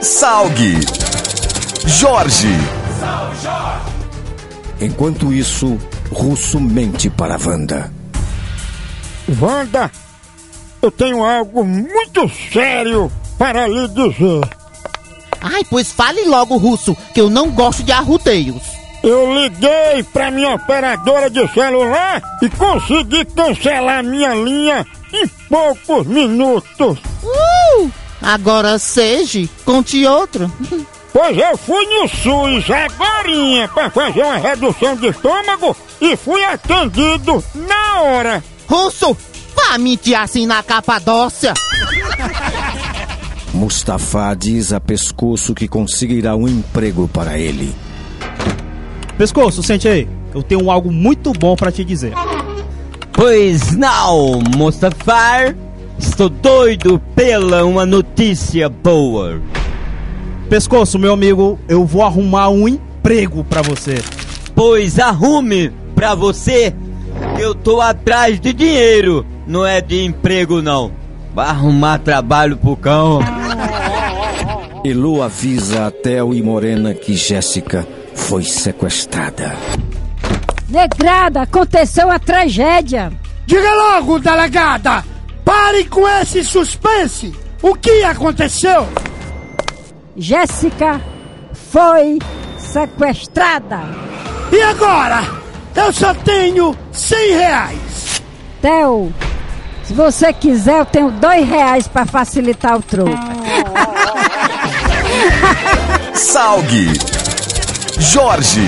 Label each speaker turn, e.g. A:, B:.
A: Salgue. Jorge.
B: Enquanto isso, Russo mente para Wanda.
C: Wanda, eu tenho algo muito sério para lhe dizer.
D: Ai, pois fale logo, Russo, que eu não gosto de arrudeios.
C: Eu liguei pra minha operadora de celular e consegui cancelar minha linha em poucos minutos.
D: Uh! Agora seja, conte outro.
C: Pois eu fui no SUS agorinha pra fazer uma redução de estômago e fui atendido na hora.
D: Russo, vá mentir assim na Capadócia.
B: Mustafa diz a pescoço que conseguirá um emprego para ele.
E: Pescoço, sente aí. Eu tenho algo muito bom pra te dizer.
F: Pois não, Mustafar. Estou doido pela uma notícia boa.
E: Pescoço, meu amigo, eu vou arrumar um emprego pra você.
F: Pois arrume pra você. Eu tô atrás de dinheiro, não é de emprego não. Vai arrumar trabalho pro cão.
B: Elu avisa a Theo e Morena que Jéssica foi sequestrada.
G: Negrada, aconteceu a tragédia.
H: Diga logo, delegada! Pare com esse suspense! O que aconteceu?
G: Jéssica foi sequestrada.
H: E agora? Eu só tenho 100 reais!
G: Theo, se você quiser, eu tenho dois reais pra facilitar o troco.
A: Salgue. Jorge.